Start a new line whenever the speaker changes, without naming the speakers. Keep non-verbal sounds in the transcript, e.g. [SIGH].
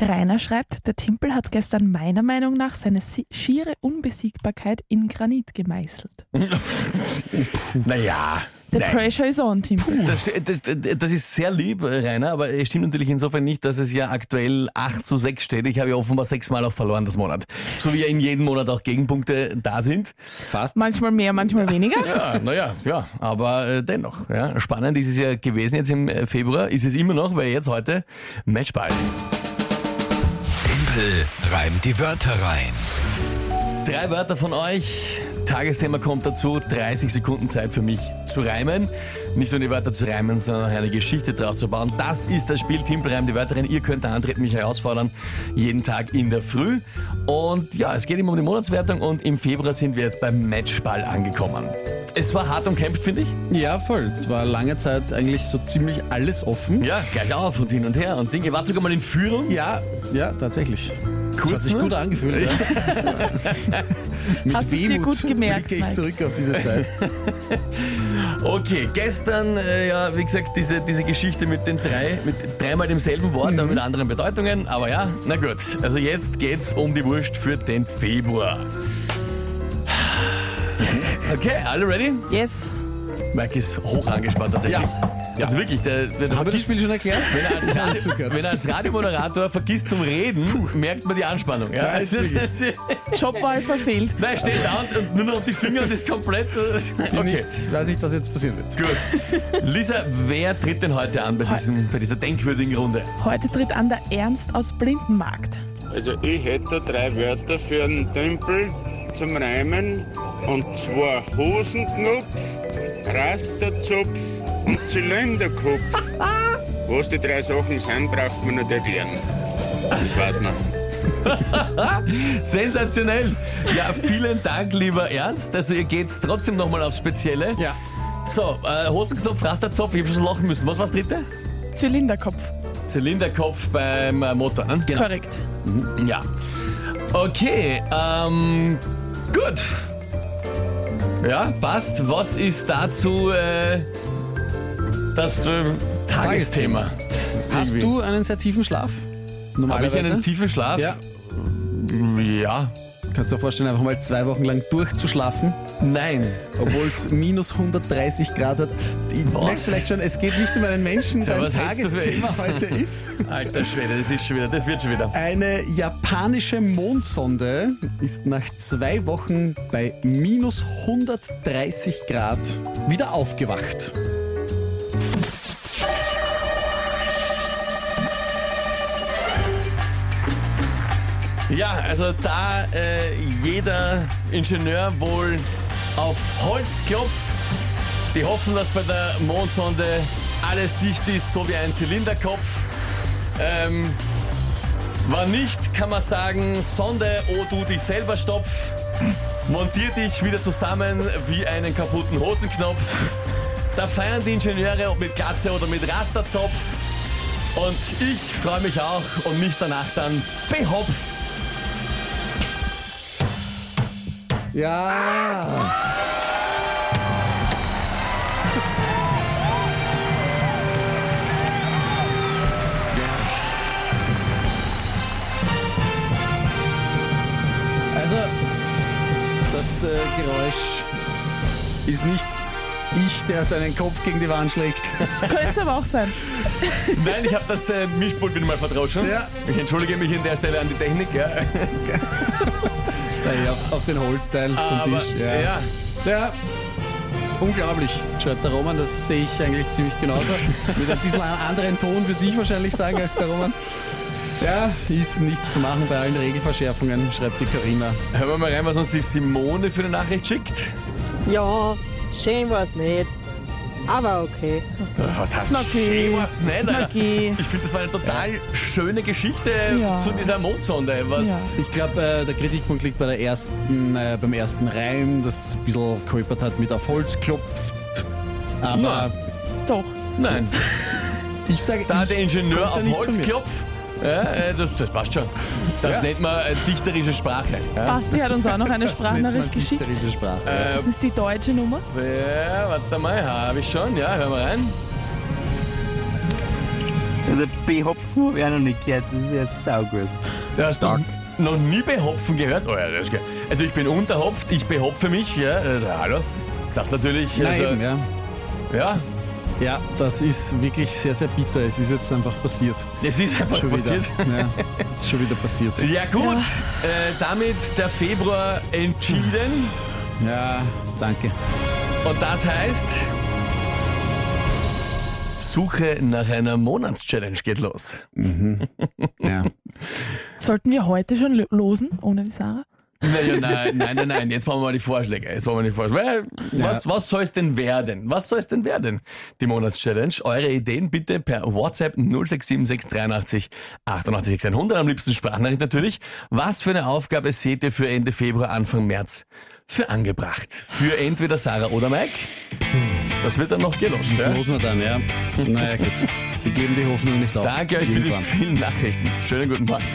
Rainer schreibt, der Timpel hat gestern meiner Meinung nach seine si- schiere Unbesiegbarkeit in Granit gemeißelt.
Naja.
The
Nein.
pressure is on, Timpel.
Das, sti- das, das ist sehr lieb, Rainer, aber es stimmt natürlich insofern nicht, dass es ja aktuell 8 zu 6 steht. Ich habe ja offenbar sechsmal auch verloren das Monat. So wie ja in jedem Monat auch Gegenpunkte da sind.
Fast.
Manchmal mehr, manchmal weniger.
[LAUGHS] Ja, naja, ja, aber äh, dennoch. Ja. Spannend ist es ja gewesen jetzt im äh, Februar, ist es immer noch, weil jetzt heute Matchball.
Tempel reimt die Wörter rein.
Drei Wörter von euch, Tagesthema kommt dazu, 30 Sekunden Zeit für mich zu reimen. Nicht nur die Wörter zu reimen, sondern auch eine Geschichte draus zu bauen. Das ist das Spiel Timpel reimt die Wörter rein. Ihr könnt da antreten, mich herausfordern, jeden Tag in der Früh. Und ja, es geht immer um die Monatswertung und im Februar sind wir jetzt beim Matchball angekommen. Es war hart umkämpft, finde ich.
Ja, voll. Es war lange Zeit eigentlich so ziemlich alles offen.
Ja, gleich auf und hin und her und Dinge. Ihr wart sogar mal in Führung.
Ja, ja, tatsächlich.
Kurz
das hat sich
nur.
gut angefühlt. Ja.
[LAUGHS]
Mit
Hast du's dir
Wehmut
gut gemerkt,
Blicke ich
Mike?
zurück auf
[LAUGHS]
diese Zeit.
Okay, gestern, äh, ja, wie gesagt, diese, diese Geschichte mit den drei, mit dreimal demselben Wort, aber mit anderen Bedeutungen. Aber ja, na gut. Also jetzt geht's um die Wurst für den Februar. Okay, alle ready?
Yes.
Mike ist hoch angespannt tatsächlich. Also wirklich, der, der,
Haben wir das
vergisst-
Spiel schon erklärt?
wenn er als,
hab ich
Radio,
zugehört.
wenn er als Radiomoderator vergisst zum Reden, merkt man die Anspannung. Ja,
Ja, ist
Also
wirklich.
das-
Jobwahl verfehlt.
[LAUGHS] nein, steht da und, und nur noch auf die Finger und ist komplett.
Ich
Okay.
nicht, weiß nicht, was jetzt passieren wird.
Gut. Lisa, wer tritt denn heute an bei, diesem, bei dieser denkwürdigen Runde?
Heute tritt an der Ernst aus Blindenmarkt.
Also ich hätte drei Wörter für einen Tempel zum Reimen und zwar Hosenknopf, Rasterzopf und Zylinderkopf. Was die drei Sachen sind, braucht man nicht erklären. Das weiß man.
Sensationell! Ja, vielen Dank, lieber Ernst. Also ihr geht's trotzdem nochmal aufs Spezielle.
Ja.
So, äh, Hosenknopf, Rasterzopf, ich hab schon lachen müssen. Was war's dritte?
Zylinderkopf.
Zylinderkopf beim äh, Motor, ne?
Korrekt.
Ja. Okay, ähm, gut. Ja, passt. Was ist dazu äh, das äh, Tagesthema?
Hast
Irgendwie.
du einen sehr tiefen Schlaf?
Habe ich
Normalerweise?
einen tiefen Schlaf?
Ja.
Ja.
Kannst du dir vorstellen, einfach mal zwei Wochen lang durchzuschlafen?
Nein.
obwohl es minus 130 Grad hat. Du
Was?
merkst vielleicht schon, es geht nicht um einen Menschen,
Tja,
dein
was hältst du für-
Tagesthema heute ist.
Alter Schwede, das ist schon wieder, das wird schon wieder.
Eine japanische Mondsonde ist nach zwei Wochen bei minus 130 Grad wieder aufgewacht.
Ja, also da äh, jeder Ingenieur wohl auf Holz klopft, die hoffen, dass bei der Mondsonde alles dicht ist, so wie ein Zylinderkopf. Ähm, war nicht, kann man sagen, Sonde, oh du dich selber stopf. Montier dich wieder zusammen wie einen kaputten Hosenknopf. Da feiern die Ingenieure ob mit Glatze oder mit Rasterzopf. Und ich freue mich auch und mich danach dann behopf.
Ja. Also, das äh, Geräusch ist nicht ich, der seinen Kopf gegen die Wand schlägt.
Könnte aber auch sein.
Nein, ich habe das äh, Mischpult wieder mal verdroschen.
Ja.
Ich entschuldige mich an der Stelle an die Technik. Ja.
Naja, auf, auf den Holzteil vom
Aber
Tisch.
ja. Ja,
Ja. Unglaublich, schreibt der Roman, das sehe ich eigentlich ziemlich
[LAUGHS]
genauso. Mit ein bisschen einem anderen Ton würde ich wahrscheinlich sagen als der Roman. Ja, ist nichts zu machen bei allen Regelverschärfungen, schreibt die Karina.
hören wir mal rein, was uns die Simone für eine Nachricht schickt.
Ja, schön war's nicht. Aber okay.
Was hast
Na geh.
was nicht,
Na
Alter.
geh.
Ich finde, das war eine total schöne Geschichte
Ja.
zu dieser Mondsonde. Was
Ich glaube, äh, der Kritikpunkt liegt bei der ersten, äh, beim ersten Reim, das ein bisschen geholpert hat mit auf Holz klopft. Aber
Na.
Doch.
Nein,
ich sage,
da hat
ich
der Ingenieur
kommt da
auf
nicht von mir.
Holzklopf. Ja, äh, das, das passt schon. Das
Ja.
nennt man äh, dichterische Sprache. Ja.
Basti hat uns auch noch eine
Das nennt man
Sprachnachricht geschickt.
dichterische Sprache.
Äh,
Das ist die deutsche Nummer.
ja, warte mal, habe ich schon. Ja, hören wir rein.
Also Behopfen habe ich auch noch nicht gehört, das ist ja saugut.
Du hast noch, noch nie behopfen gehört? Oh ja, das ist geil. Also ich bin unterhopft, ich behopfe mich, ja. Äh, hallo? Das natürlich.
Ja,
also,
eben, ja.
ja,
ja, das ist wirklich sehr, sehr bitter. Es ist jetzt einfach passiert.
es ist einfach
Schon
passiert.
wieder. Ja, es ist schon wieder passiert.
Ja gut, Äh, damit der Februar entschieden.
Ja, danke.
Und das heißt, Suche nach einer Monatschallenge geht los.
Ja.
Sollten wir heute schon lo- losen, ohne die Sarah?
Naja, nein, nein, nein, nein, jetzt machen wir mal die Vorschläge. Jetzt machen wir die Vorschläge. Weil, Was, was soll es denn werden? Was soll es denn werden? Die Monatschallenge. Eure Ideen bitte per WhatsApp 0676 88 600. Am liebsten Sprachnachricht natürlich. Was für eine Aufgabe seht ihr für Ende Februar, Anfang März für angebracht? Für entweder Sarah oder Mike? Das wird dann noch gelost.
Das
ja?
muss man dann, ja. Naja, gut. Wir geben die Hoffnung nicht auf.
Danke euch für die
Irgendwann.
vielen Nachrichten. Schönen guten Morgen.